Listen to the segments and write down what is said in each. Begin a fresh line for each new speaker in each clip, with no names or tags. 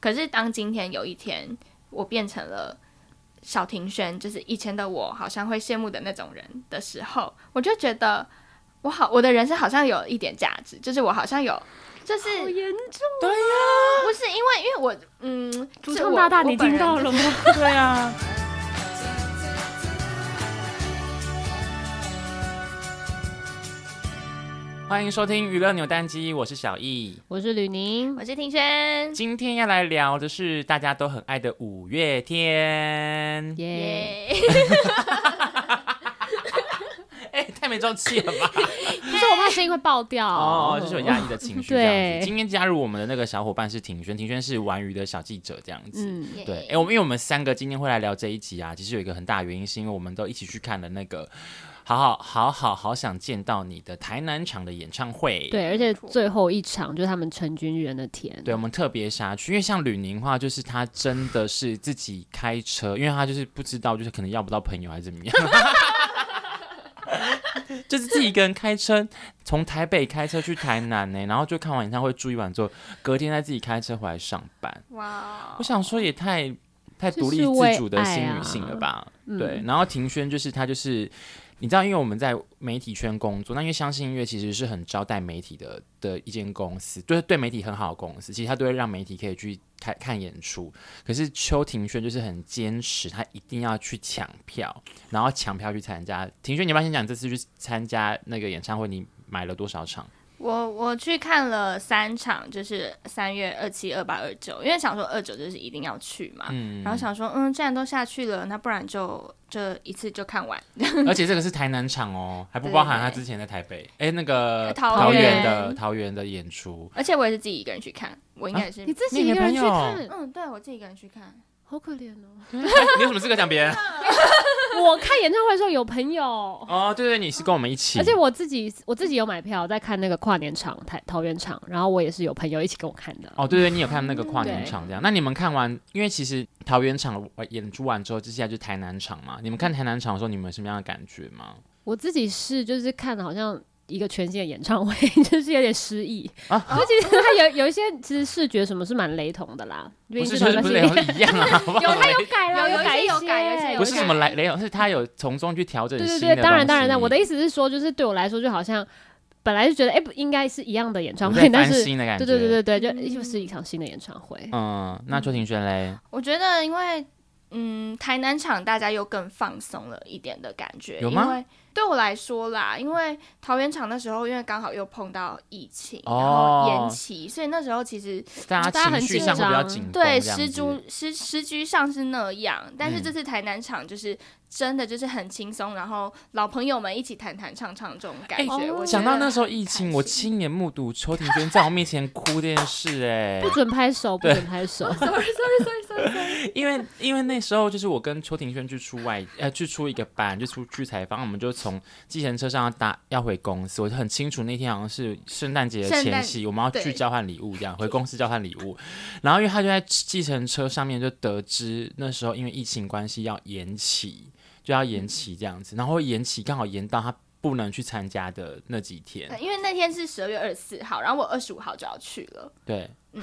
可是当今天有一天我变成了小庭轩，就是以前的我好像会羡慕的那种人的时候，我就觉得我好，我的人生好像有一点价值，就是我好像有，就是啊
严重，啊
对呀、
不是因为因为我嗯，
主
是
唱
我
大大，
我
你
本
听
人
到
就是
了吗？
对呀、欢迎收听娱乐扭蛋机，我是小易。
我是吕宁，
我是庭轩，
今天要来聊的是大家都很爱的五月天。
耶，
耶、
哎、太没朝气了吧？
不是我怕声音会爆掉
哦，就是有压抑的情绪这样
对
子。今天加入我们的那个小伙伴是庭轩，庭轩是玩娱的小记者这样子。
嗯，
对，哎、我们因为我们三个今天会来聊这一集啊，其实有一个很大的原因是因为我们都一起去看了那个《好好好好好想见到你》的台南场的演唱会。。
对，而且最后一场就是他们成军人的田，
对，我们特别辖区，因为像吕宁的话，就是他真的是自己开车，因为他就是不知道，就是可能要不到朋友还是怎么样， 就是自己一个人开车从台北开车去台南呢、然后就看完演唱会住一晚之后，隔天再自己开车回来上班。
哇
哦
我，想说也太太
就
独立
是为
自主的新
爱啊
女性了吧？
嗯
对，然后庭轩就是他就是，你知道，因为我们在媒体圈工作，那因为相信音乐其实是很招待媒体的的一间公司，对对媒体很好的公司，其实他都会让媒体可以去看看演出。可是邱庭轩就是很坚持，他一定要去抢票，然后抢票去参加。庭轩，你要不要先讲这次去参加那个演唱会，你买了多 少场？
我我去看了三场，就是三月二七、二八、二九，因为想说二九就是一定要去嘛，
嗯
然后想说，嗯，既然都下去了，那不然就就一次就看完。
而且这个是台南场哦，还不
对
包含他
对
之前在台北，哎，那个
桃
桃园
园
的桃园的演出。
而且我也是自己一个人去看，我应该也是，
你自
啊你
己
女
一个人去
朋友
看，
嗯，对我自己一个人去看，
好可怜哦。
你有什么资格讲别 人？
我看演唱会的时候有朋友，
哦，对对，你是跟我们一起，
而且我自己我自己有买票在看那个跨年场台桃园场，然后我也是有朋友一起跟我看的。
哦，对对，你有看那个跨年
嗯对
场这样？那你们看完，因为其实桃园场呃演出完之后，接下来就是台南场嘛。你
嗯
们看台南场的时候，你们有什么样的感觉吗？
我自己是就是看好像一个全新的演唱会， 就是有点失忆
啊
就其实它有有一些其实视觉什么是蛮雷同的啦，
不是，
因为这
不是
首
不
歌
是雷欧一样啊，好不 好？
有改了，
有有一
改
些有改有一些
些，
有
不是什么雷雷欧，是他有从中去调整
对
新
对
的
对，当然当然，
那
但我的意思是说，就是对我来说就好像本来就觉得哎、不应该是一样的演唱会，但
翻
是
新的感
对
觉，
对对
对，
对对，
嗯
就又是一场新的演唱会。
嗯，那邱庭轩嘞，
我觉得因为。嗯，台南场大家又更放松了一点的感觉，
有吗
因为对我来说啦，因为桃园场那时候因为刚好又碰到疫情，
哦
然后延期，所以那时候其实
大
大家
家
很
情绪
紧
上会比较
张
紧绷这
对，
样子，
时局时时局上是那样，但是
嗯
这次台南场就是真的就是很轻松，然后老朋友们一起弹弹唱唱这种感
哎
觉。我
讲
觉
到
得
那时候疫
很
情，
开
我
心
亲眼目睹邱庭轩在我面前哭这件事、哎，
不准拍手，不
对
准 拍手。
因为因为那时候就是我跟邱庭轩去出外呃去出一个班，就出去采访，我们就从计程车上要搭要回公司，我就很清楚那天好像是圣诞节的
圣
前
诞
夕，我们要去
对
交换礼物，这样回公司交换礼物。然后因为他就在计程车上面就得知那时候因为疫情关系要延期，就要
嗯
延期这样子，然后延期刚好延到他不能去参加的那几天
对，因为那天是十二月二十四号，然后我二十五号就要去了。
对，
嗯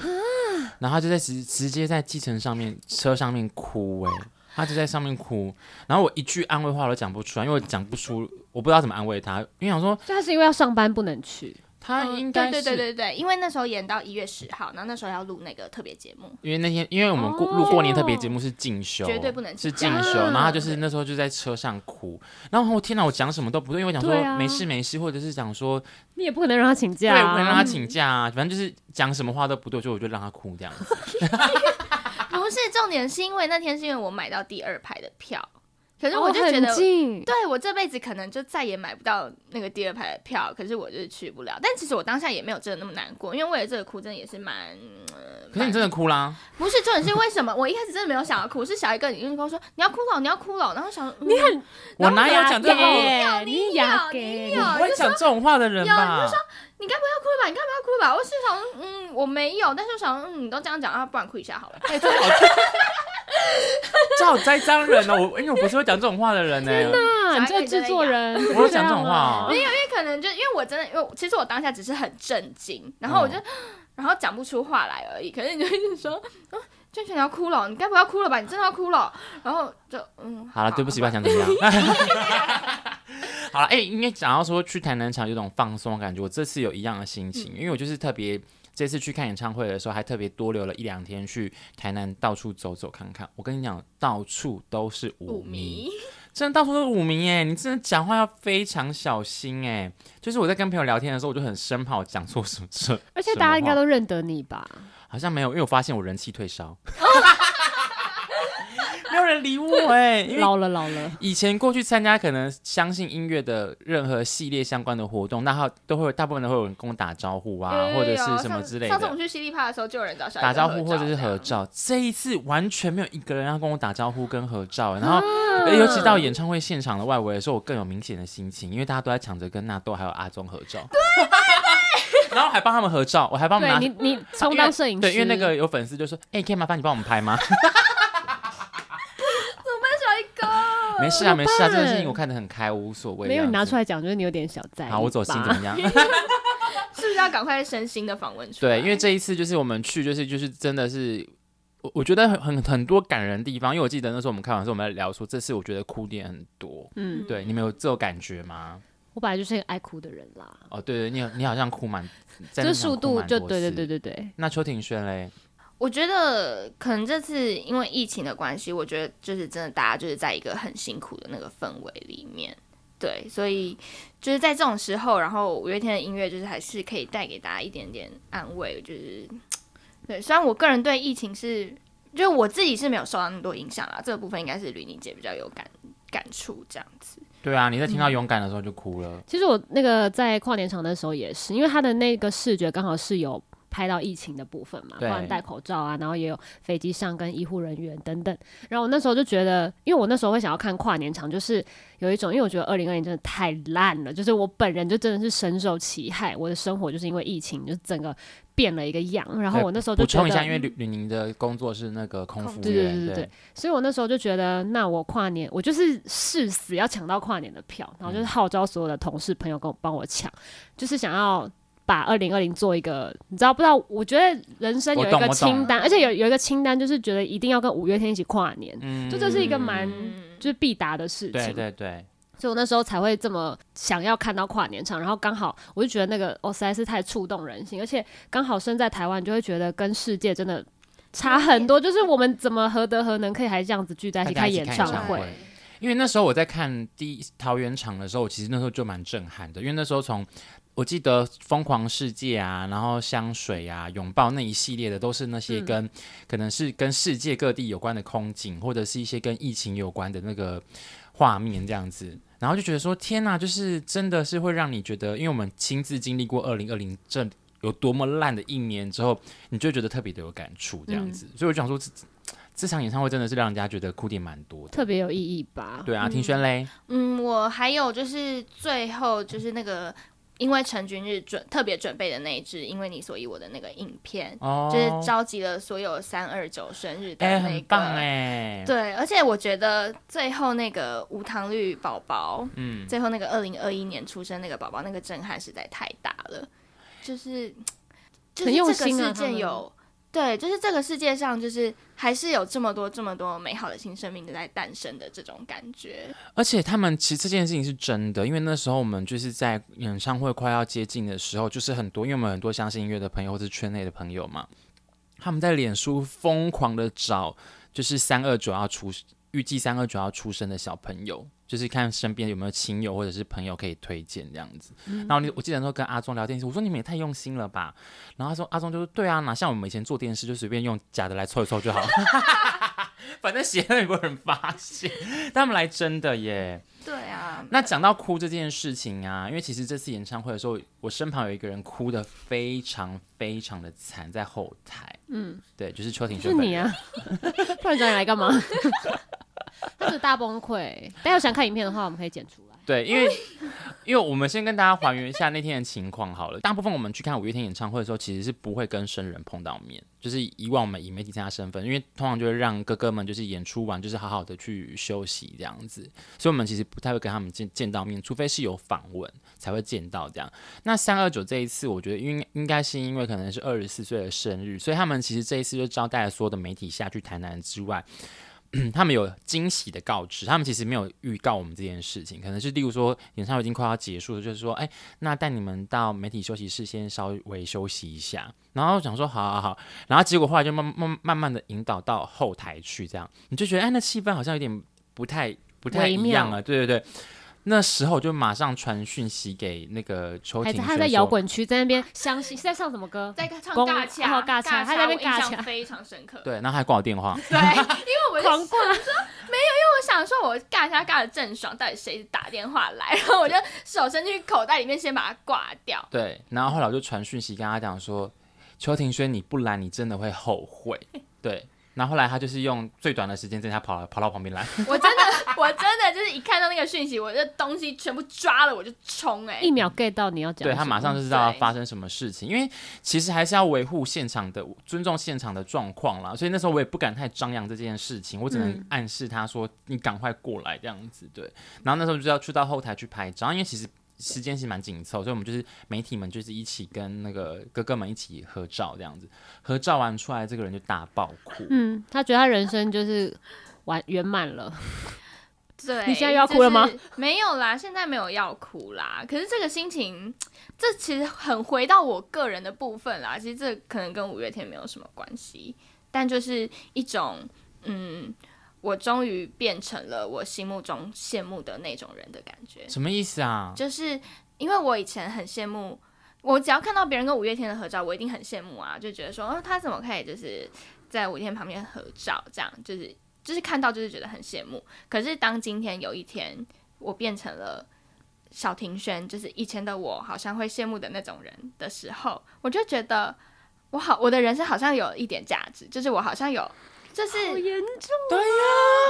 然后他就在直直接在计程上面车上面哭哎、他就在上面哭，然后我一句安慰话都讲不出来，因为我讲不出，我不知道怎么安慰他，因为想说
就他是因为要上班不能去，
他
嗯
应该是、
对对对对对，因为那时候演到一月十号，然后那时候要录那个特别节目，
因为那天因为我们过
哦
录过年特别节目是进修，
绝对不能
是进
请假
修，
啊
然后他就是那时候就在车上哭，然后我天哪，我讲什么都不对，因为我讲说
对啊
没事没事，或者是讲说
你也不可能让他请假、
对，我不
啊。
能让他请假啊，反正就是讲什么话都不对，所以我就让他哭 这样子。
不是重点，是因为那天是因为我买到第二排的票，可是
哦
我就觉得
很近，
对我这辈子可能就再也买不到那个第二排的票，可是我就是去不了。但其实我当下也没有真的那么难过，因为为了这个哭真的也是蛮……呃
可是你真
蛮
的 哭啦，
不是重点是为什么？我一开始真的没有想要哭，是小一哥你就跟我说你要哭了，你要哭了，然后想说、嗯、你很
我哪有讲这种话？
种？你
要
要
你
给
要
不会讲这种话的人吧？
哭了吧，你干嘛要哭了吧？我是想说嗯我没有，但是我想说嗯你都这样讲啊，不然哭一下好了。
哎，这好，这好栽赃人哦！我因为我不是会讲这种话的人呢、
那你这个制作人，
我有讲这种话哦
不
因
要啊
为可能就因为我真的，因为我其实我当下只是很震惊，然后我就、然后讲不出话来而已。可是你就一直说，嗯，娟娟你要哭了，你该不要哭了吧？你真的要哭了？然后就嗯，
好了，对不起，不要想怎么样。好了，哎、应该讲到说去台南场有种放松的感觉，我这次有一样的心情，因为我就是特别这次去看演唱会的时候，还特别多留了一两天去台南到处走走看看。我跟你讲，到处都是
五
舞迷
迷，
真的到处都是舞迷哎，你真的讲话要非常小心哎。就是我在跟朋友聊天的时候，我就很生怕我讲错什么事，
而且大家应该
什么
都认得你吧？
话好像没有，因为我发现我人气退烧， 没有人理我哎，因为
老了老了，
以前过去参加可能相信音乐的任何系列相关的活动，那他都会有大部分都会有人跟我打招呼啊，
有有有
或者是什么
哦上
之类
上次我
的
们。去犀利趴的时候，就有人找小
打
姨跟
招
合
呼或者是合
这样
照，这一次完全没有一个人要跟我打招呼跟合照，然后、呃尤其到演唱会现场的外围的时候，我更有明显的心情，因为大家都在抢着跟纳豆还有阿宗合照，对对 对，然后还帮他们合照，我还帮他们
对
拿
你你充当摄影师，
对，因为那个有粉丝就说，哎、可以麻烦你帮我们拍吗？
小一哥，
没事啊，没事啊，
怎么办
这件事情我看得很开，我无所谓。
没有你拿出
来，
来讲，就是你有点小在意吧。
好，我走心怎么样？
是不是要赶快身心的访问出来？
对，因为这一次就是我们去，就是就是真的是，我我觉得很很很多感人的地方，因为我记得那时候我们看完之后，我们在聊说这次我觉得哭点很多。
嗯，
对，你们有这种感觉吗？
我本来就是一个爱哭的人啦，
哦，对对，你好你好像哭蛮，在
就
那
是速
场哭
度
蛮
就
多
对对
次
对。对对，
那邱庭轩嘞，
我觉得可能这次因为疫情的关系，我觉得就是真的大家就是在一个很辛苦的那个氛围里面，对，所以就是在这种时候，然后五月天的音乐就是还是可以带给大家一点点安慰，就是对，虽然我个人对疫情是，就是我自己是没有受到那么多影响啦，这个部分应该是吕妮姐比较有感感触这样子，
对啊，你在
嗯
听到勇敢的时候就哭了。
其实我那个在跨年场的时候也是，因为他的那个视觉刚好是有拍到疫情的部分嘛，不
对
然戴口罩啊，然后也有飞机上跟医护人员等等。然后我那时候就觉得，因为我那时候会想要看跨年场，就是有一种，因为我觉得二零二零真的太烂了，就是我本人就真的是深受其害，我的生活就是因为疫情就整个变了一个样。然后
对
我那时候就
补
觉得
充一下，因为吕吕宁的工作是那个空
空
服
对对
员，
对对对，所以我那时候就觉得，那我跨年我就是誓死要抢到跨年的票，然后
嗯
就是号召所有的同事朋友跟我帮我抢，就是想要把二零二零做一个，你知道不知道？我觉得人生有
我
一
懂
个
我懂
清单，而且有有一个清单，就是觉得一定要跟五月天一起跨年，
嗯
就这是一个蛮
嗯，
就是必达的事情。
对对对，
所以我那时候才会这么想要看到跨年场，然后刚好我就觉得那个哦实在是太触动人心，而且刚好身在台湾，就会觉得跟世界真的差很多，就是我们怎么何德何能可以还这样子聚在一起
大家
看
一起
演
看
唱
演唱
会
会？因为那时候我在看第一桃园场的时候，我其实那时候就蛮震撼的，因为那时候从我记得《疯狂世界》啊，然后香水啊、拥抱那一系列的，都是那些跟、可能是跟世界各地有关的空景，或者是一些跟疫情有关的那个画面这样子。然后就觉得说，天呐，就是真的是会让你觉得，因为我们亲自经历过二零二零这有多么烂的一年之后，你就会觉得特别的有感触这样子。所以我就想说，这这场演唱会真的是让人家觉得哭点蛮多的。
特别有意义吧？
对啊，庭轩嘞，
嗯，我还有就是最后就是那个，因为成军日准特别准备的那一支，因为你所以我的那个影片，
哦，
就是召集了所有三二九生日的那
哎、很
个，
棒哎、，
对，而且我觉得最后那个无糖绿宝宝，
嗯，
最后那个二零二一年出生那个宝宝，那个震撼实在太大了，就是就是
很用
这个
心
世
啊他
界
们
有、对，就是这个世界上就是还是有这么多这么多美好的新生命的在诞生的这种感觉，
而且他们其实这件事情是真的，因为那时候我们就是在演唱会快要接近的时候，就是很多，因为我们很多相信音乐的朋友或是圈内的朋友嘛，他们在脸书疯狂的找，就是三二九要出，预计三二九要出生的小朋友，就是看身边有没有亲友或者是朋友可以推荐这样子。然后你我记得那时候跟阿忠聊电视，我说你们也太用心了吧。然后他说阿忠就说对啊，哪像我们以前做电视就随便用假的来凑一凑就好了。 反正写了也不会有人发现，但他们来真的耶。
对啊，
那讲到哭这件事情啊，因为其实这次演唱会的时候，我身旁有一个人哭的非常非常的惨，在后台。嗯，对，就是邱婷
是
轩本人。
你啊，不然找你来干嘛？他是大崩溃。大家有想看影片的话，我们可以剪出来。
对，因为 因为我们先跟大家还原一下那天的情况好了。大部分我们去看五月天演唱会的时候，其实是不会跟生人碰到面，就是以往我们以媒体参加身份，因为通常就会让哥哥们就是演出完就是好好的去休息这样子，所以我们其实不太会跟他们见见到面，除非是有访问才会见到这样。那三二九这一次，我觉得应应该是因为可能是二十四岁的生日，所以他们其实这一次就招待了所有的媒体下去台南之外，他们有惊喜的告知，他们其实没有预告我们这件事情，可能是例如说演唱会已经快要结束了，就是说，哎、那带你们到媒体休息室先稍微休息一下，然后想说好好好，然后结果后来就慢慢慢慢的引导到后台去，这样你就觉得，哎，那气氛好像有点不太不太
微
一
妙
样了，对对对。那时候就马上传讯息给那个邱
还
婷
在
轩说，
他在摇滚区在那边相信是在唱什么歌？
在唱
公
尬掐，
哦尬掐他在那
我
边
印
尬
象
掐
非常深刻。
对，然后还挂我电话，
对，因为我就
狂
想说没有，因为我想说我尬一下尬的正爽，到底谁打电话来？然后我就手伸进去口袋里面，先把它挂掉。
对，然后后来我就传讯息跟他讲说，邱庭轩，你不来，你真的会后悔。对，然后后来他就是用最短的时间之内，他跑跑到旁边来，
我真的，我真的就是一看到那个讯息，我这东西全部抓了，我就冲哎、
一秒 get 到你要讲什么。
对他马上就知道
对
发生什么事情，因为其实还是要维护现场的、尊重现场的状况啦。所以那时候我也不敢太张扬这件事情，我只能
嗯
暗示他说：“你赶快过来。”这样子，对。然后那时候就要去到后台去拍照，因为其实。时间是蛮紧凑，所以我们就是媒体们就是一起跟那个哥哥们一起合照这样子，合照完出来，这个人就大爆哭，
嗯，他觉得他人生就是完圆满了。
对，
你现在又要哭了吗
就是没有啦，现在没有要哭啦。可是这个心情，这其实很回到我个人的部分啦。其实这可能跟五月天没有什么关系，但就是一种嗯，我终于变成了我心目中羡慕的那种人的感觉。
什么意思啊？
就是因为我以前很羡慕，我只要看到别人跟五月天的合照，我一定很羡慕啊，就觉得说，哦，他怎么可以就是在五月天旁边合照，这样就是就是看到就是觉得很羡慕。可是当今天有一天我变成了。小庭轩就是以前的我，好像会羡慕的那种人的时候，我就觉得我好，我的人生好像有一点价值，就是我好像有，就是
严重，啊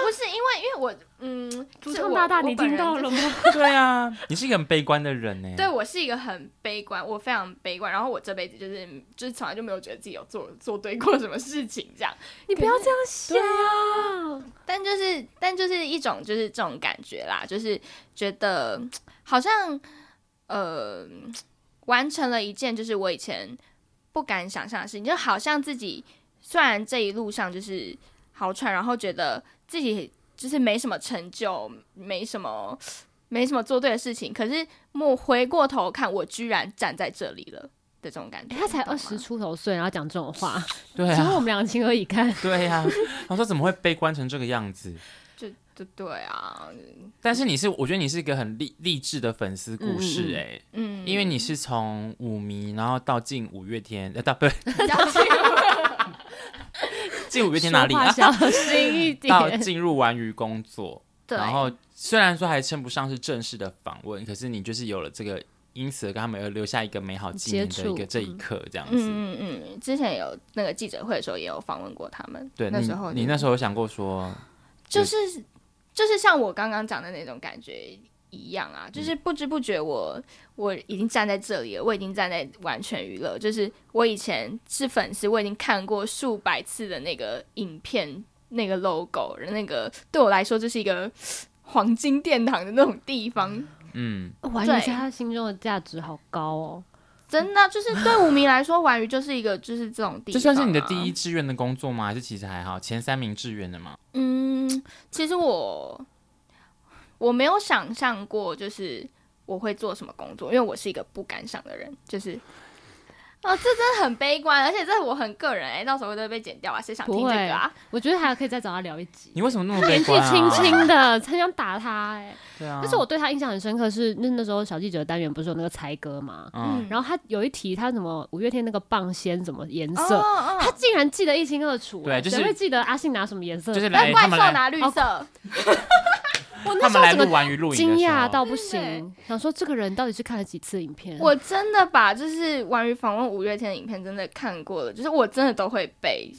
不是因为因为我嗯，
主
是
唱
我
大大，
我
你
本
听
人
到
就
了吗？
对啊，你是一个很悲观的人呢。
对，我是一个很悲观，我非常悲观，然后我这辈子就是就是从来就没有觉得自己有做做对过什么事情这样，
你不要这样想。
但就是但就是一种就是这种感觉啦，就是觉得嗯好像呃完成了一件就是我以前不敢想象的事情，就好像自己虽然这一路上就是好喘，然后觉得自己就是没什么成就，没什么没什么做对的事情，可是莫回过头看，我居然站在这里了的这种感觉。
欸他才
你懂
二
吗
十出头岁，然后讲这种话，
对
请问
啊，
我们两个情何以堪？
对啊。他说怎么会悲观成这个样子？
就就对啊，
但是你是，我觉得你是一个很励励志的粉丝故事哎、
嗯，
因为 你是从舞迷，然后到进五月天，呃，到不是 进五月天哪里
说话
啊？
小心一
到
点。
进入玩娱工作，
对，
然后虽然说还称不上是正式的访问，可是你就是有了这个，因此跟他们有留下一个美好纪念
接
的
触
一个这一
嗯
刻这样子。
嗯嗯嗯，之前有那个记者会的时候也有访问过他们。
对，
那
你
时候
你那时候有想过说，
就是就是像我刚刚讲的那种感觉一样
嗯
啊，就是不知不觉我我已经站在这里了，我已经站在完全娱乐，就是我以前是粉丝，我已经看过数百次的那个影片、那个 logo，那个对我来说就是一个黄金殿堂的那种地方，
嗯，
玩一下，他心中的价值好高哦。
真的啊就是对舞迷来说，玩鱼就是一个就是这种地方、啊，
这算是你的第一志愿的工作吗？还是其实还好，前三名志愿的嘛？
嗯，其实我我没有想象过，就是我会做什么工作，因为我是一个不敢想的人，就是。啊，这真的很悲观，而且这我很个人哎、到时候都会被剪掉啊，谁想听这个啊？
我觉得还可以再找他聊一集。
你为什么那么
年
悲
纪
观、啊？
轻轻的， 很想打他哎、
对啊。
但是我对他印象很深刻是，那那时候小记者单元不是有那个猜歌吗？
嗯，
哦
然后他有一题，他怎么五月天那个棒先怎么颜色，
哦
他竟然记得一清二楚、哎
对就是
谁会记得阿信拿什么颜色？
就是
那
来
怪
他
兽
们来
拿绿
哦
色，
我那
他
时
们
候
来
整
录
个
完与录影
惊
的时
讶
候，
到不行，想说这个人到底是看了几次影片？
我真的把就是关于访问五月天的影片真的看过了，就是我真的都会背，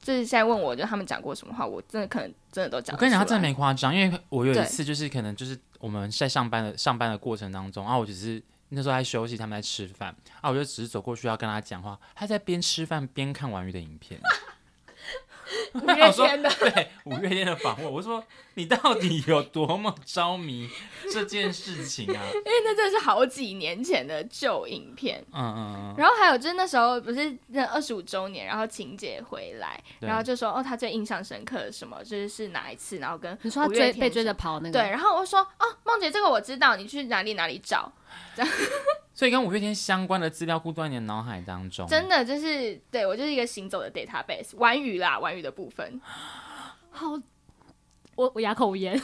就是现在问我，就他们讲过什么话，我真的可能真的都讲得出来。
我跟你讲，他真的没夸张，因为我有一
对
次就是可能就是我们在上班的上班的过程当中，啊，我只是那时候在休息，他们在吃饭，啊，我就只是走过去要跟他讲话，他在边吃饭边看完鱼的影片。 啊
五
我
月
说
天的
对五月天的访问，我说你到底有多么着迷这件事情啊？
因为那真的是好几年前的旧影片。
嗯嗯嗯，
然后还有就是那时候不是那二十五周年，然后晴姐回来，
对
然后就说哦，她最印象深刻的什么，就是是哪一次，然后跟
你说
五
他
月
追
天
被追
什
着
么
跑那个，
对，，然后我说哦，梦姐这个我知道，你去哪里哪里找，
所以跟五月天相关的资料库都在你的脑海当中，
真的就是对我就是一个行走的 database，玩语啦，玩语的部分，
好，我我哑口无言，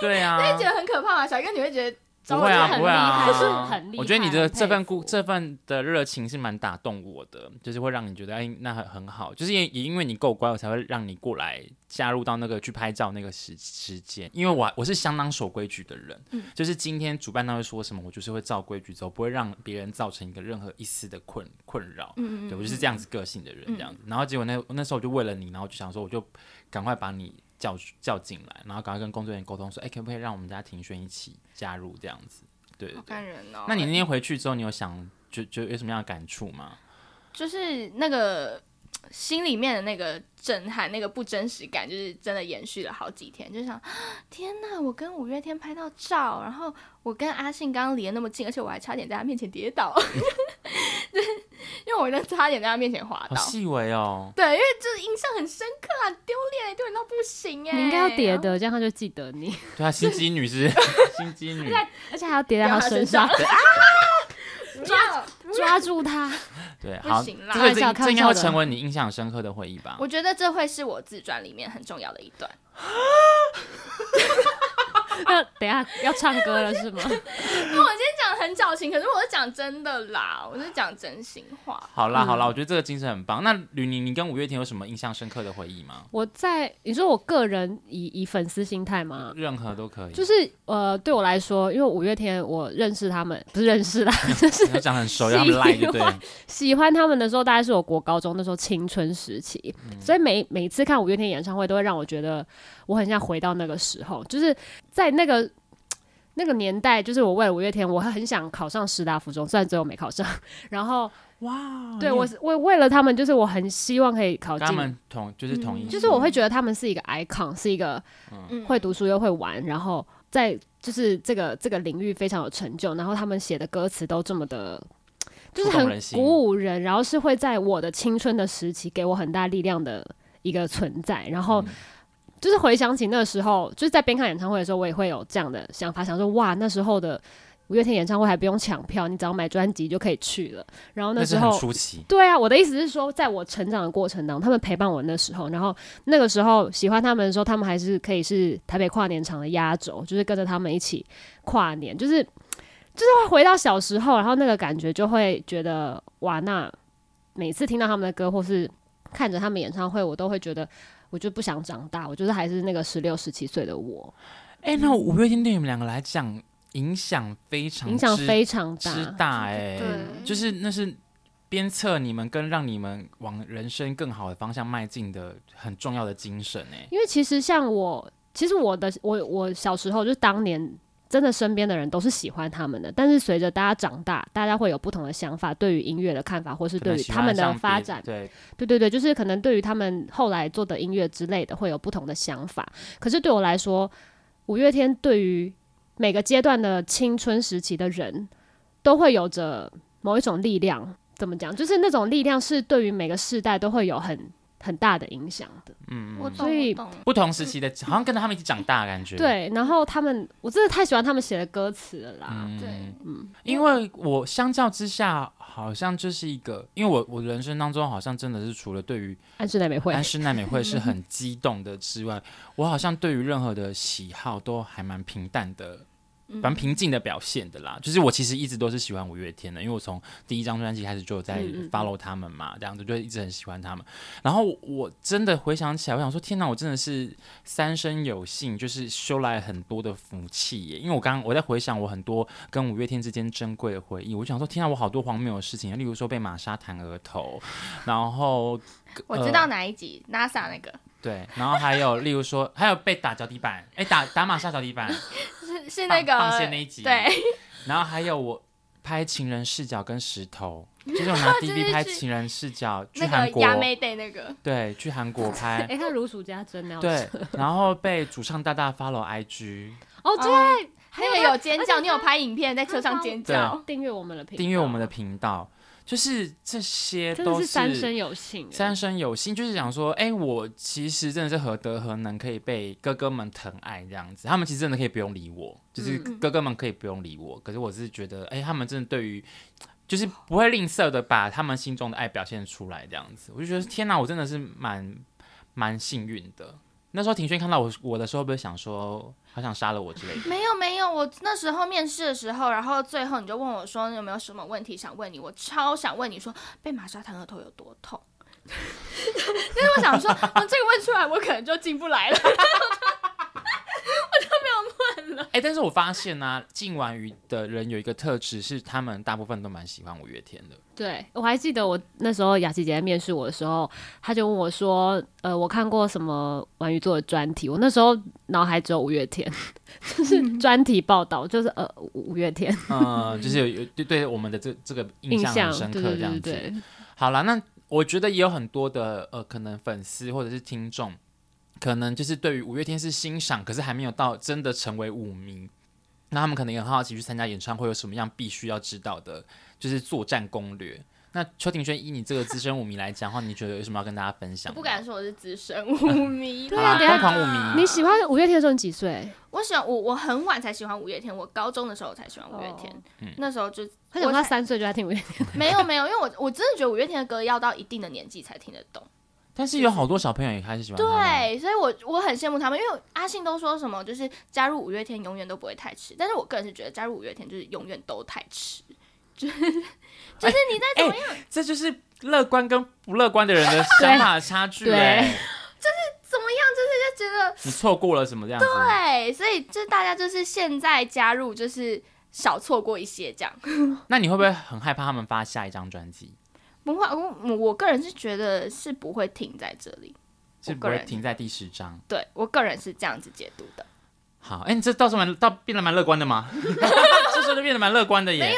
对啊，
觉得很可怕吗？小哥你会觉得
不会啊，
很
不会啊，
厉害是很厉
我觉得你
害
的
很
这份
佩服
故这份的热情是蛮打动我的，就是会让你觉得哎，那很很好，就是也也因为你够乖，我才会让你过来加入到那个去拍照那个时时间，因为我我是相当守规矩的人，
嗯
就是今天主办单位说什么，我就是会照规矩走，不会让别人造成一个任何一丝的困困扰。
嗯
对我就是这样子个性的人，这样子。然后结果那那时候我就为了你，然后我就想说，我就赶快把你叫叫进来，然后赶快跟工作人员沟通说，哎、可不可以让我们家庭轩一起加入这样子？对对
好
对。
感人哦。
那你那天回去之后，你有想就就有什么样的感触吗？
就是那个心里面的那个震撼，那个不真实感，就是真的延续了好几天，就想 天呐，我跟五月天拍到照，然后我跟阿信刚刚离得那么近，而且我还差点在他面前跌倒， 就是因为我真的差点在他面前滑
好
倒。
细微哦。
对，因为就是印象很深刻啊，丢脸，丢脸到不行哎！
你应该要叠的，这样他就记得你，
对啊，心机女是 心机女，
而且还要叠在
掉
他
他
身
身 上
上，
然后，抓
抓住他。
对，
不
好，这
行啦
个
开玩
这
笑开
这应该
玩
会
笑的
成为你印象深刻的回忆吧？
我觉得这会是我自传里面很重要的一段。
那等一下要唱歌了是吗？
我今天讲得很矫情，可是我是讲真的啦，我是讲真心话。
好
嗯
啦好啦，我觉得这个精神很棒。那吕宁，你跟五月天有什么印象深刻的回忆吗？
我在你说我个人以以粉丝心态吗？
任何都可以，
就是呃，对我来说，因为五月天我认识他们，不是认识啦，
你要讲得很熟，要他们
哦
赖就对了。
喜欢他们的时候，大概是我国高中那时候青春时期，
嗯
所以每每次看五月天演唱会，都会让我觉得我很像回到那个时候，就是在那个。那个年代，就是我为了五月天，我很想考上师大附中，虽然最后没考上。然后，
哇，
对
你
我是为为了他们，就是我很希望可以考
嗯跟他
进
们同就是同嗯一，
嗯就是我会觉得他们是一个 icon，是一个
嗯
会读书又会玩，然后在就是这个这个领域非常有成就，然后他们写的歌词都这么的，就是
触动
很
人心
鼓舞人，然后是会在我的青春的时期给我很大力量的一个存在，然
嗯
后。就是回想起那时候，就是在边看演唱会的时候，我也会有这样的想法，想说哇，那时候的五月天演唱会还不用抢票，你只要买专辑就可以去了。然后
那
时
是很
候
出奇，
对啊，我的意思是说，在我成长的过程当中，他们陪伴我那时候，然后那个时候喜欢他们的时候，他们还是可以是台北跨年场的压轴，就是跟着他们一起跨年，就是就是会回到小时候，然后那个感觉就会觉得哇，那每次听到他们的歌或是看着他们演唱会，我都会觉得。我就不想长大，我就是还是那个十六、十七岁的我，
哎、那五月天对你们两个来讲影响非常
影响
之
非常大。嗯
之大哎、
对
就是那是鞭策你们跟让你们往人生更好的方向迈进的很重要的精神哎、
因为其实像我，其实我的我我小时候就是当年真的身边的人都是喜欢他们的，但是随着大家长大，大家会有不同的想法，对于音乐的看法，或是
可能
对于
喜
他
欢
们的
上
发
别
展，
对，
对对对，就是可能对于他们后来做的音乐之类的会有不同的想法。可是对我来说，五月天对于每个阶段的青春时期的人都会有着某一种力量，怎么讲？就是那种力量是对于每个世代都会有很很大的影响的。
嗯，
我
嗯
懂，
所以
我懂。
不同时期的好像跟着他们一起长大的感觉，
对，然后他们，我真的太喜欢他们写的歌词了啦。
嗯，
对，
因为我相较之下好像就是一个，因为我我人生当中好像真的是除了对于
安室奈美惠
安，室奈美惠是 很激动的之外，我好像对于任何的喜好都还蛮平淡的，
嗯
蛮平静的表现的啦。就是我其实一直都是喜欢五月天的，因为我从第一张专辑开始就有在
嗯嗯嗯
follow 他们嘛，这样子就一直很喜欢他们。然后我真的回想起来，我想说，天哪，我真的是三生有幸，就是修来很多的福气耶。因为我刚刚我在回想我很多跟五月天之间珍贵的回忆，我想说，天哪，我好多荒谬的事情，例如说被玛莎弹额头，然后
我知
呃
道哪一集、NASA 那个
对，然后还有例如说，还有被打脚底板，哎、打打玛莎脚底板，
是是那个
放放线那一集
对，
然后还有我拍情人视角跟石头，就是我拿 DV 拍情人视角去
那
韩
个
国，
亚美 day 那个，
对，去韩国拍
哎、，他如数家珍啊呢。
对，然后被主唱大大 follow IG，
哦，对，
还有有尖叫，你有拍影片在车上尖
啊
叫，
订阅我们的频道，
订阅我们的频道，就是这些
真的
都
是三生有幸欸，
三生有幸，就是想说，哎、我其实真的是何德何能，可以被哥哥们疼爱这样子。他们其实真的可以不用理我，就是
嗯
哥哥们可以不用理我。可是我是觉得，哎、他们真的对于，就是不会吝啬的把他们心中的爱表现出来这样子。我就觉得，天哪，我真的是蛮蛮幸运的。那时候庭轩看到我我的时候，会不会想说，好想杀了我之类 的？
没有没有，我那时候面试的时候，然后最后你就问我说你有没有什么问题想问你，我超想问你说被玛莎弹额头有多痛。 但是我想说，嗯，这个问出来我可能就进不来了。
哎、但是我发现呢、啊，进完鱼的人有一个特质是，他们大部分都蛮喜欢五月天的。
对，我还记得我那时候雅琪姐在面试我的时候，她就问我说：“呃，我看过什么玩鱼座的专题？”我那时候脑海只有五月天， 就是专题报道，就是呃五五月天
嗯，就是有有对对我们的这这个印
印
象
象
很，深刻
对
这
对
样
嗯对
子。
对，
好啦，那我觉得也有很多的呃，可能粉丝或者是听众，可能就是对于五月天是欣赏，可是还没有到真的成为舞迷。那他们可能也很好奇去参加演唱会有什么样必须要知道的，就是作战攻略。那邱庭轩，以你这个资深舞迷来讲的话，你觉得有什么要跟大家分享
我
的？
不敢说我是资深 舞迷，
对
好
啊
啦，
等一下
疯狂舞迷
你，喜欢五月天的时候你几岁？
我喜欢我我很晚才喜欢五月天，我高中的时候才喜欢五月天，
哦
嗯
那时候就
她想
我
她
才
三岁就在听五月天，
没有没有，因为我我真的觉得五月天的歌要到一定的年纪才听得 懂。
但是有好多小朋友也开始喜欢他们。
对，所以我我很羡慕他们，因为阿信都说什么就是加入五月天永远都不会太迟，但是我个人是觉得加入五月天就是永远都太迟，就是就是你在怎么样，
这就是乐观跟不乐观的人的想法的差距、
对
欸。
怎么样，就是就觉得
你错过了什么这样子？
对，所以就大家就是现在加入就是少错过一些这样。
那你会不会很害怕他们发下一张专辑
不会，我我个人是觉得是不会停在这里，
是不
个
会
人
停在第十张？
对我个人是这样子解读的。
好，哎、你这倒是蛮倒变得蛮乐观 的嘛，这时候就变得蛮乐观的耶。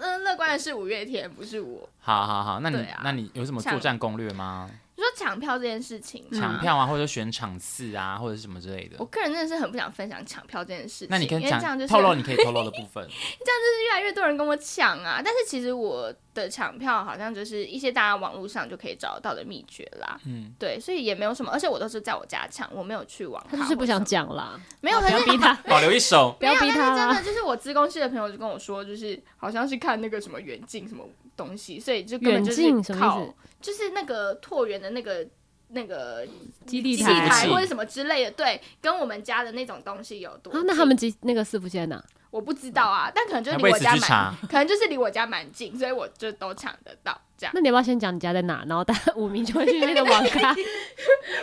嗯、乐观的是五月天，不是我。
好好好，那你、
对啊
那你有什么作战攻略吗？
你说抢票这件事情吗，
抢票啊，或者选场次啊，或者是什么之类的
我。个人真的是很不想分享抢票这件事情，
那你可以
因为
讲
这样就是
透露你可以透露的部分。
越来越多人跟我抢啊。但是其实我的抢票好像就是一些大家网络上就可以找得到的秘诀啦。
嗯
嗯，对，所以也没有什么，而且我都是在我家抢，我没有去网咖或
她
什么。
就是不想讲啦，
没有，
不
可
要
是
逼她，
保留一手，
不要逼
但
她
是真
啦。
的就是我资工系的朋友就跟我说，就是好像是看那个什么远近什么东西，所以就根本就
远近
是
什么意思
靠就是那个拓元的那个那个
基地
机
台伺服
台
器
或者什么之类的，对，跟我们家的那种东西有多
啊
近、，
那他们几那个四福在哪？
我不知道啊，但可能就
还
离
为
我
此
家
去
蛮，
查。
可能就是离我家蛮近，所以我就都抢得到这样。
那你要不要先讲你家在哪？然后大家 五名就会去那个网 咖。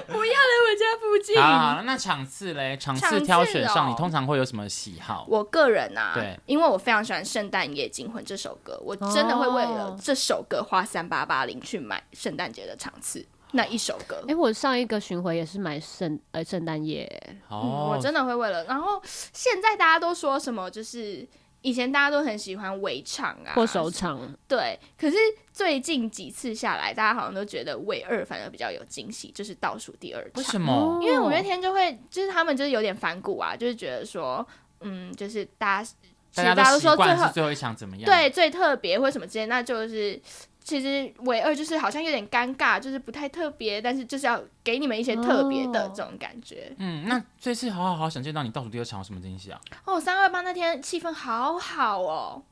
不要来我家附近
好好好，那场次嘞，场
场
次
次
挑选上，
哦
你通常会有什么喜好？
我个人啊，
对，
因为我非常喜欢《圣诞夜惊魂》这首歌，我真的会为了
哦
这首歌花三八八零去买圣诞节的场次
哦
那一首歌
哎、。我上一个巡回也是买圣呃圣诞夜，
嗯，我
哦，
真的会为了。然后现在大家都说什么，就是以前大家都很喜欢围场啊
或首场，
对，可是最近几次下来，大家好像都觉得尾二反而比较有惊喜，就是倒数第二
为
场。
什么？
因为五月天就会，就是他们就是有点反骨啊，就是觉得说，嗯，就是大家，其
大
实
家
大家
都
都
习
说最
惯
后
是最后一场怎么样？
对最特别或什么之类，那就是其实尾二就是好像有点尴尬，就是不太特别，但是就是要给你们一些特别的
哦
这种感觉。
嗯，那这次好好好想见到你倒数第二场有什么惊喜啊？
哦，三二八那天气氛好好哦，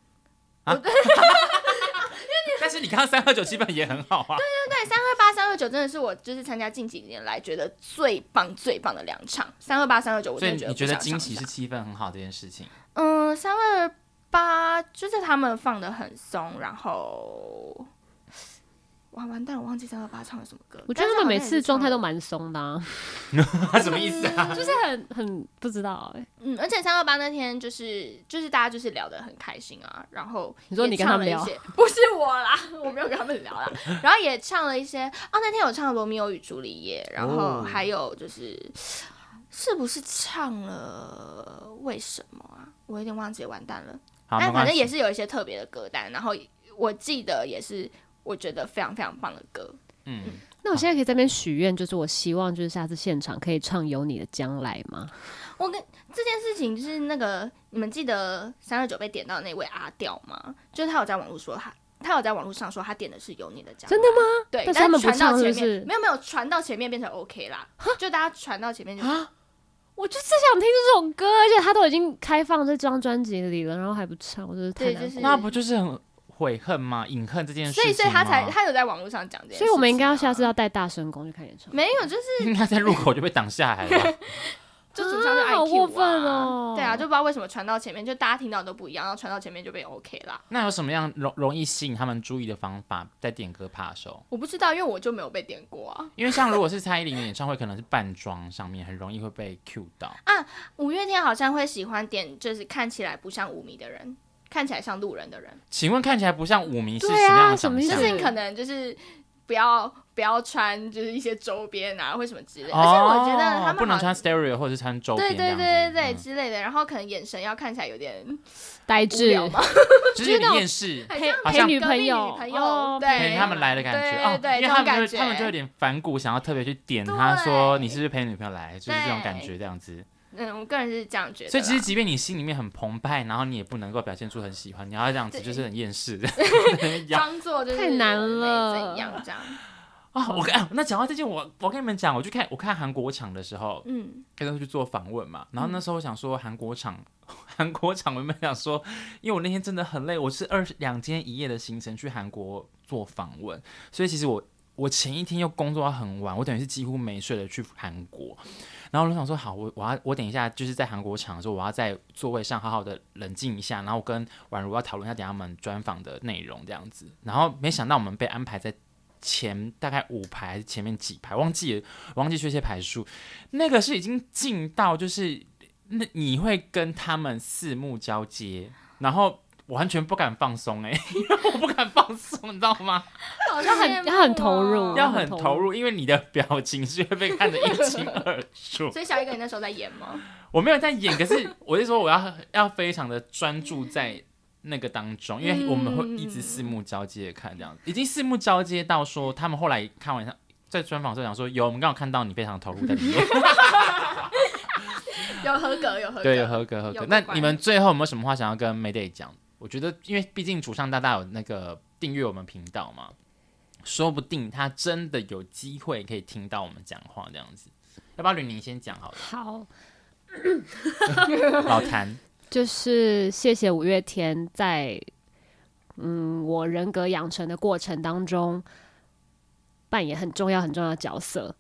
但是你刚刚三二九气氛也很好啊。
三二八、三二九真的是我就是参加近几年来觉得最棒、最棒的两场。三二八、三二九，我
所以
真的
你
觉
觉
得
得
不想上
惊喜是
场
气氛很好这 件事情？
嗯，三二八就是他们放的很松，然后完完蛋了，我忘记三二八唱了什么歌。
我觉得他们每次状态都
蛮……
蛮松的、啊，
什么意思啊？
就是很很不知道哎、
嗯，而且三二八那天就是就是大家就是聊得很开心啊，然后
你说
也
你跟
唱
他们
了一
聊
些，不是我啦， 我没有跟他们聊 啦，然后也唱了一些啊，那天有唱《罗密欧与朱丽叶》，然后
哦
还有就是。是不是唱了？为什么啊？我有点忘记，完蛋了。
好，没
但反
关
正也
系。
是有一些特别的歌单，然后我记得也是我觉得非常非常棒的歌。
嗯，
那我现在可以在那边许愿，就是我希望就是下次现场可以唱《有你的将来》吗？
我跟这件事情就是那个，你们记得三二九被点到的那位阿调吗？就是他有在网络说他。他有在网络上说他点的是有你的家，
真的
吗？对，
但是他们
传到
不唱
前面
是不是
没有没有传到前面变成 OK 啦，就大家传到前面就
啊我就是想听这首歌，而且他都已经开放在这张专辑里了，然后还不唱，我真是
对
太难过。
就是
那不就是很悔恨吗？隐恨这件事
嗯所
情
以
吗，
所以他才他有在网络上讲这件事情啊、
哦所以我们应该要下次要带大神功去看演唱会。
没有，就是
应该在路口就被挡下来了。
就主唱就 IQ 啊
好过分哦
对啊，就不知道为什么传到前面，就大家听到都不一样，然后传到前面就被 OK 啦。
那有什么样容容易吸引他们注意的方法在点歌趴的时候？
我不知道，因为我就没有被点过啊。
因为像如果是蔡依林的演唱会，可能是扮装上面很容易会被 cue 到。
五月天好像会喜欢点，就是看起来不像舞迷的人，看起来像路人的人，
请问看起来不像舞迷是
对啊
什么
什么意
样的长
就
思
相？
是可能就是不要不要穿就是一些周边啊或什么之类的，
哦
而且我觉得他们
不能
好像
穿 stereo 或者是穿周边
对
这
对
样子，
对对对、
嗯
之类的，然后可能眼神要看起来有点
呆
无
滞，
聊嘛，
就是有点厌世，
很
陪
像
好
陪
像
女
隔
朋
壁
友，
朋友
哦
对
陪他们来的感觉哦，
对对这
因为
种
他们
感
就
觉
他们就有点反骨，想要特别去点
对
他说你是不是陪女朋友来，就是这种感觉这样子。
嗯，我个人是这样觉得啦。
所以其实即便你心里面很澎湃，然后你也不能够表现出很喜欢，你要这样子
对
就是很厌世 要
装作就是
太难
没
了
怎样这样，
啊。我跟、啊、那讲到这件，我我跟你们讲，我去看我看韩国场的时候，
嗯，
跟他去做访问嘛，然后那时候我想说韩国场，韩国场我原本想说，因为我那天真的很累，我是二两天一夜的行程去韩国做访问，所以其实我我前一天又工作到很晚，我等于是几乎没睡的去韩国，然后我就想说好，我我要我等一下就是在韩国场的时候，我要在座位上好好的冷静一下，然后我跟宛如要讨论一下等一下我们专访的内容这样子，然后没想到我们被安排在。前大概五排还是前面几排，忘记了，忘记确切排数。那个是已经近到就是那你会跟他们四目交接，然后完全不敢放松哎、因为 我不敢放松，你知道吗？
好
要很
羡慕
要很投入
哦
要很投入，因为你的表情是会被看得一清二楚。
所以小一哥，你那时候在演吗？
我没有在演，可是我是说我要要非常的专注在。那个当中，因为我们会一直四目交接地看这样子，已经四目交接到说他们后来看完在专访的时候讲说，有我们刚好看到你非常投入在里面，
有合格，有合格，
对，有合格合
有
格。
过
那
关
你们最后有没有什么话想要跟 Mayday 讲？我觉得，因为毕竟主唱大大有那个订阅我们频道嘛，说不定他真的有机会可以听到我们讲话这样子。要不要吕宁先讲好了？
好，
老谭，
就是谢谢五月天在嗯我人格养成的过程当中扮演很重要很重要的角色，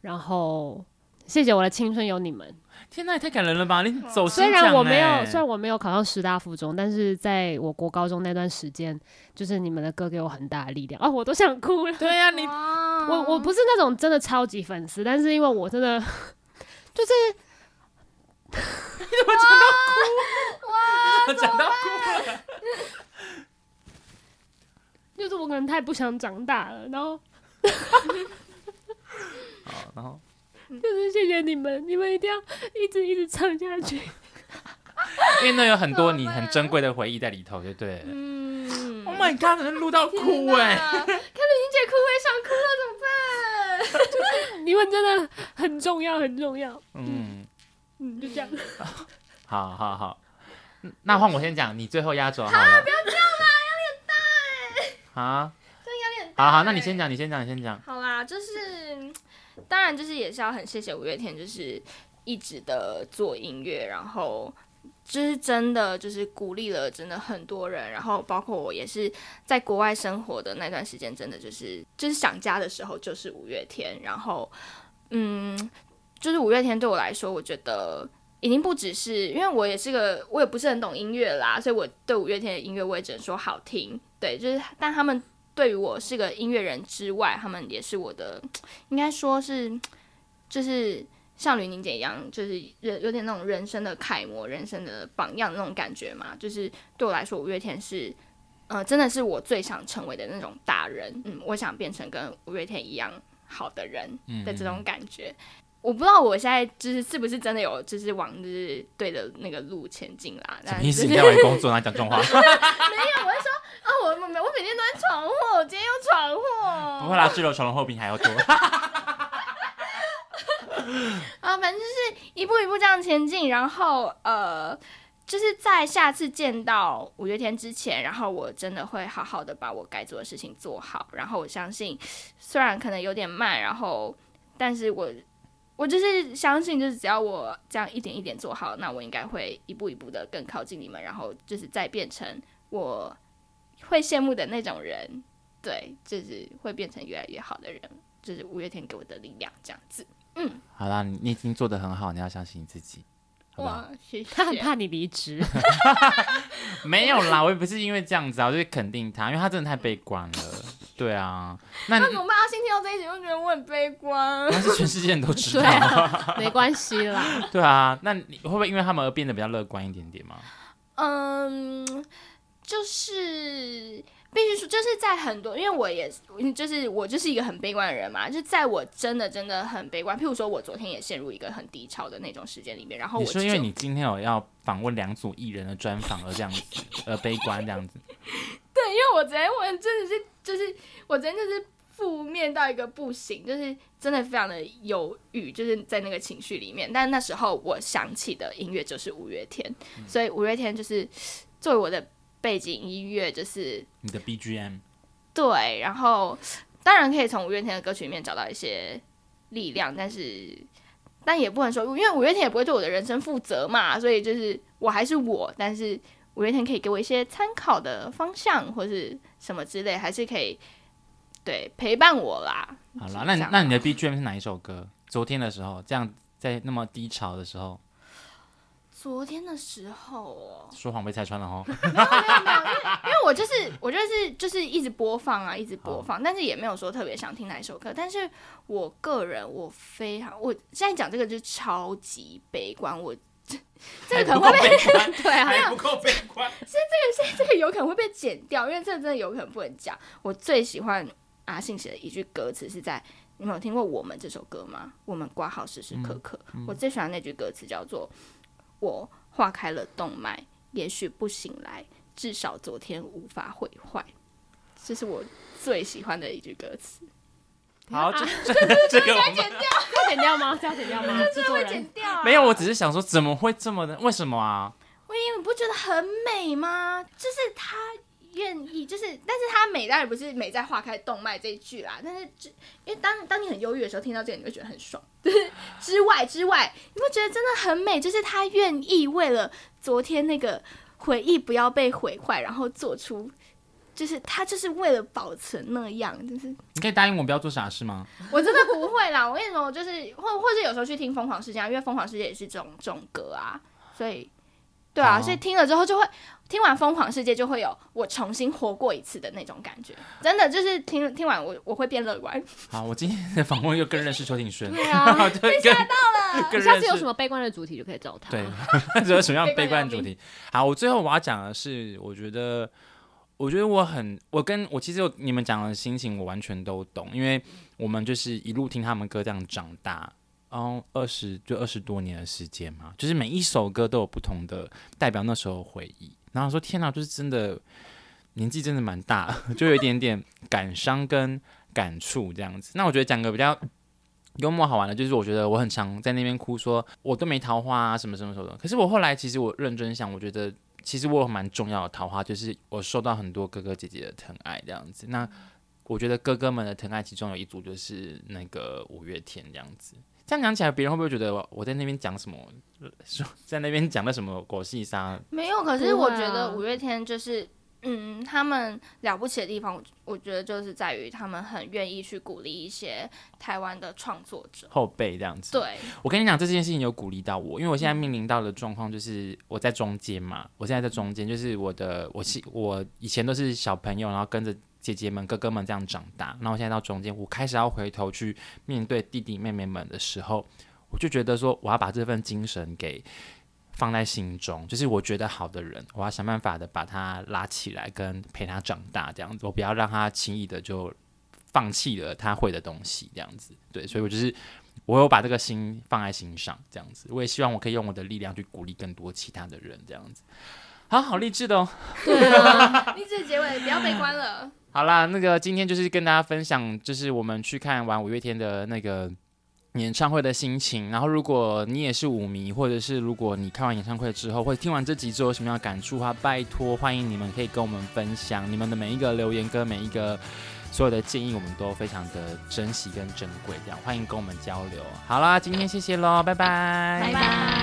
然后谢谢我的青春有你们。
天呐，也太感人了吧！你走心
啊虽然
奖
我没有
欸，
虽然我没有考上师大附中，但是在我国高中那段时间，就是你们的歌给我很大的力量哦，我都想哭了。
对啊呀、你
哇
我我不是那种真的超级粉丝，但是因为我真的就是
我讲到哭了。
就是我可能太不想长大了，然后
好，然后
就是谢谢你们，你们一定要一直一直唱下去。
因为那有很多你很珍贵的回忆在里头，就对了。
嗯
Oh my god，能录到哭
天
哎、
哪看吕宁姐哭，我也想哭了，怎么办？
你们真的很重要，很重要。
嗯，
嗯，就这样。
好好好，嗯那换我先讲，你最后压轴好了。不要这样啦，压力欸很大哎。啊，这压力很大。好好，那你先讲，你先讲，你先讲。
好啦，就是嗯当然就是也是要很谢谢五月天，就是一直的做音乐，然后。就是真的，就是鼓励了真的很多人，然后包括我也是在国外生活的那段时间，真的就是就是想家的时候就是五月天，然后嗯，就是五月天对我来说，我觉得已经不只是因为我也是个我也不是很懂音乐啦，所以我对五月天的音乐我也只能说好听，对，就是但他们对于我是个音乐人之外，他们也是我的，应该说是就是像吕宁姐一样，就是人有点那种人生的楷模、人生的榜样那种感觉嘛。就是对我来说，五月天是。呃，真的是我最想成为的那种大人，嗯，我想变成跟五月天一样好的人
嗯
的这种感觉。我不知道我现在就是是不是真的有就是往就是对的那个路前进啦。
什
但
么意思？
就
你
是
在玩工作，然后讲这 种话？
啊，我我每我每天都在闯祸，我今天又闯祸。
不会啦，智柔床的后比你还要多。
啊，反正就是一步一步这样前进，然后呃，就是在下次见到五月天之前，然后我真的会好好的把我该做的事情做好，然后我相信，虽然可能有点慢，然后，但是我我就是相信，就是只要我这样一点一点做好，那我应该会一步一步的更靠近你们，然后就是再变成我会羡慕的那种人，对，就是会变成越来越好的人，就是五月天给我的力量，这样子。
好啦，你你已经做的很好，你要相信你自己，好不好？
哇，谢谢。
他很怕你离职，
没有啦，我也不是因为这样子啊，我就是肯定他，因为他真的太悲观了。对啊，那
那怎么办？他先听到这一集就觉得我很悲观。
但是全世界人都知
对
道。
啊，没关系啦。
对啊，那你会不会因为他们而变得比较乐观一点点吗？
嗯，就是必须说，就是在很多，因为我也就是我就是一个很悲观的人嘛，就在我真的真的很悲观，譬如说我昨天也陷入一个很低潮的那种时间里面，然哦后我
你说
就
因为你今天有要访问两组艺人的专访而这样子，而悲观这样子，
对，因为我昨天我真的是就是我昨天就是负面到一个不行，就是真的非常的忧郁，就是在那个情绪里面。但那时候我想起的音乐就是五月天，所以五月天就是作为我的背景音乐，就是
你的 BGM
对，然后当然可以从五月天的歌曲里面找到一些力量，但是但也不能说，因为五月天也不会对我的人生负责嘛，所以就是我还是我，但是五月天可以给我一些参考的方向或是什么之类，还是可以对陪伴我啦。
好啦，那你
这样啊
那你的 BGM 是哪一首歌？昨天的时候，这样在那么低潮的时候，
昨天的时候哦，
说谎被拆穿了哦。
没有没有，因为因为我就是我就是就是一直播放啊，一直播放，但是也没有说特别想听哪一首歌。但是我个人我非常，我现在讲这个就是超级悲观，我 这这个可能会被对啊，
不够悲观。
这个有可能会被剪掉，因为这真的有可能不能讲。我最喜欢阿信写的一句歌词是在你们有听过《我们》这首歌吗？我们挂号时时刻
嗯
刻，我最喜欢那句歌词叫做“我化开了动脉，也许不醒来，至少昨天无法毁坏”，这是我最喜欢的一句歌词。
好，这这这个我们
要剪掉吗？是要剪掉 吗？制作
会
人
剪掉、啊？
没有，我只是想说，怎么会这么的？为什么啊？
因为你不觉得很美吗？就是他愿意，就是，但是他美当然不是美在化开动脉这一句啦，但是就因为当当你很忧郁的时候，听到这个你会觉得很爽， 就是之外之外，你不觉得真的很美？就是他愿意为了昨天那个回忆不要被毁坏，然后做出。就是他，就是为了保存那样，就是
你可以答应我不要做傻事吗？
我真的不会啦。我跟你说，我就是或或者有时候去听《疯狂世界》啊，因为《疯狂世界》也是这种这种歌啊，所以对啊，
哦
所以听了之后就会听完《疯狂世界》就会有我重新活过一次的那种感觉。真的就是听听完我我会变乐观。
好，我今天的访问又更认识邱庭 轩，
对啊，
就更 更
你下
认
次有什
识。
么悲观的主题就可以找他。
对， 这有什么样悲
悲观
观
的主
的主题？好，我最后我要讲的是，我觉得，我觉得我很，我跟我其实有你们讲的心情，我完全都懂，因为我们就是一路听他们歌这样长大，然后二十就二十多年的时间嘛，就是每一首歌都有不同的代表那时候的回忆。然后说天哪，就是真的年纪真的蛮大， 就有一点点感伤跟感触这样子。那我觉得讲个比较幽默好玩的，就是我觉得我很常在那边哭说我都没桃花啊，什么什么什么的。可是我后来其实我认真想，我觉得其实我有蛮重要的桃花，就是我受到很多哥哥姐姐的疼爱这样子。那我觉得哥哥们的疼爱，其中有一组就是那个五月天这样子。这样讲起来，别人会不会觉得我我在那边讲什么， 说在那边讲的什么国戏沙？
没有，可
是
是我
我
觉
觉
得
得
五
五
月天就是。嗯，他们了不起的地方，我我觉得就是在于他们很愿意去鼓励一些台湾的创作者。
后辈这样子？
对，
我跟你讲，这件事情有鼓励到我，因为我现在面临到的状况就是我在中间嘛，我现在在中间，就是我的我是我以前都是小朋友，然后跟着姐姐们、哥哥们这样长大，然后我现在到中间，我开始要回头去面对弟弟妹妹们的时候，我就觉得说，我要把这份精神给放在心中，就是我觉得好的人，我要想办法的把他拉起来，跟陪他长大这样子，我不要让他轻易的就放弃了他会的东西这样子。对，所以我就是我有把这个心放在心上，这样子，我也希望我可以用我的力量去鼓励更多其他的人，这样子。好好励志的哦。
对啊，
励志结尾，不要悲观了。
好啦，那个今天就是跟大家分享，就是我们去看完五月天的那个演唱会的心情。然后，如果你也是舞迷，或者是如果你看完演唱会之后，或者听完这集之后有什么样的感触啊，拜托欢迎你们可以跟我们分享你们的每一个留言跟每一个所有的建议，我们都非常的珍惜跟珍贵。这样欢迎跟我们交流。好啦，今天谢谢喽，拜拜，
拜拜。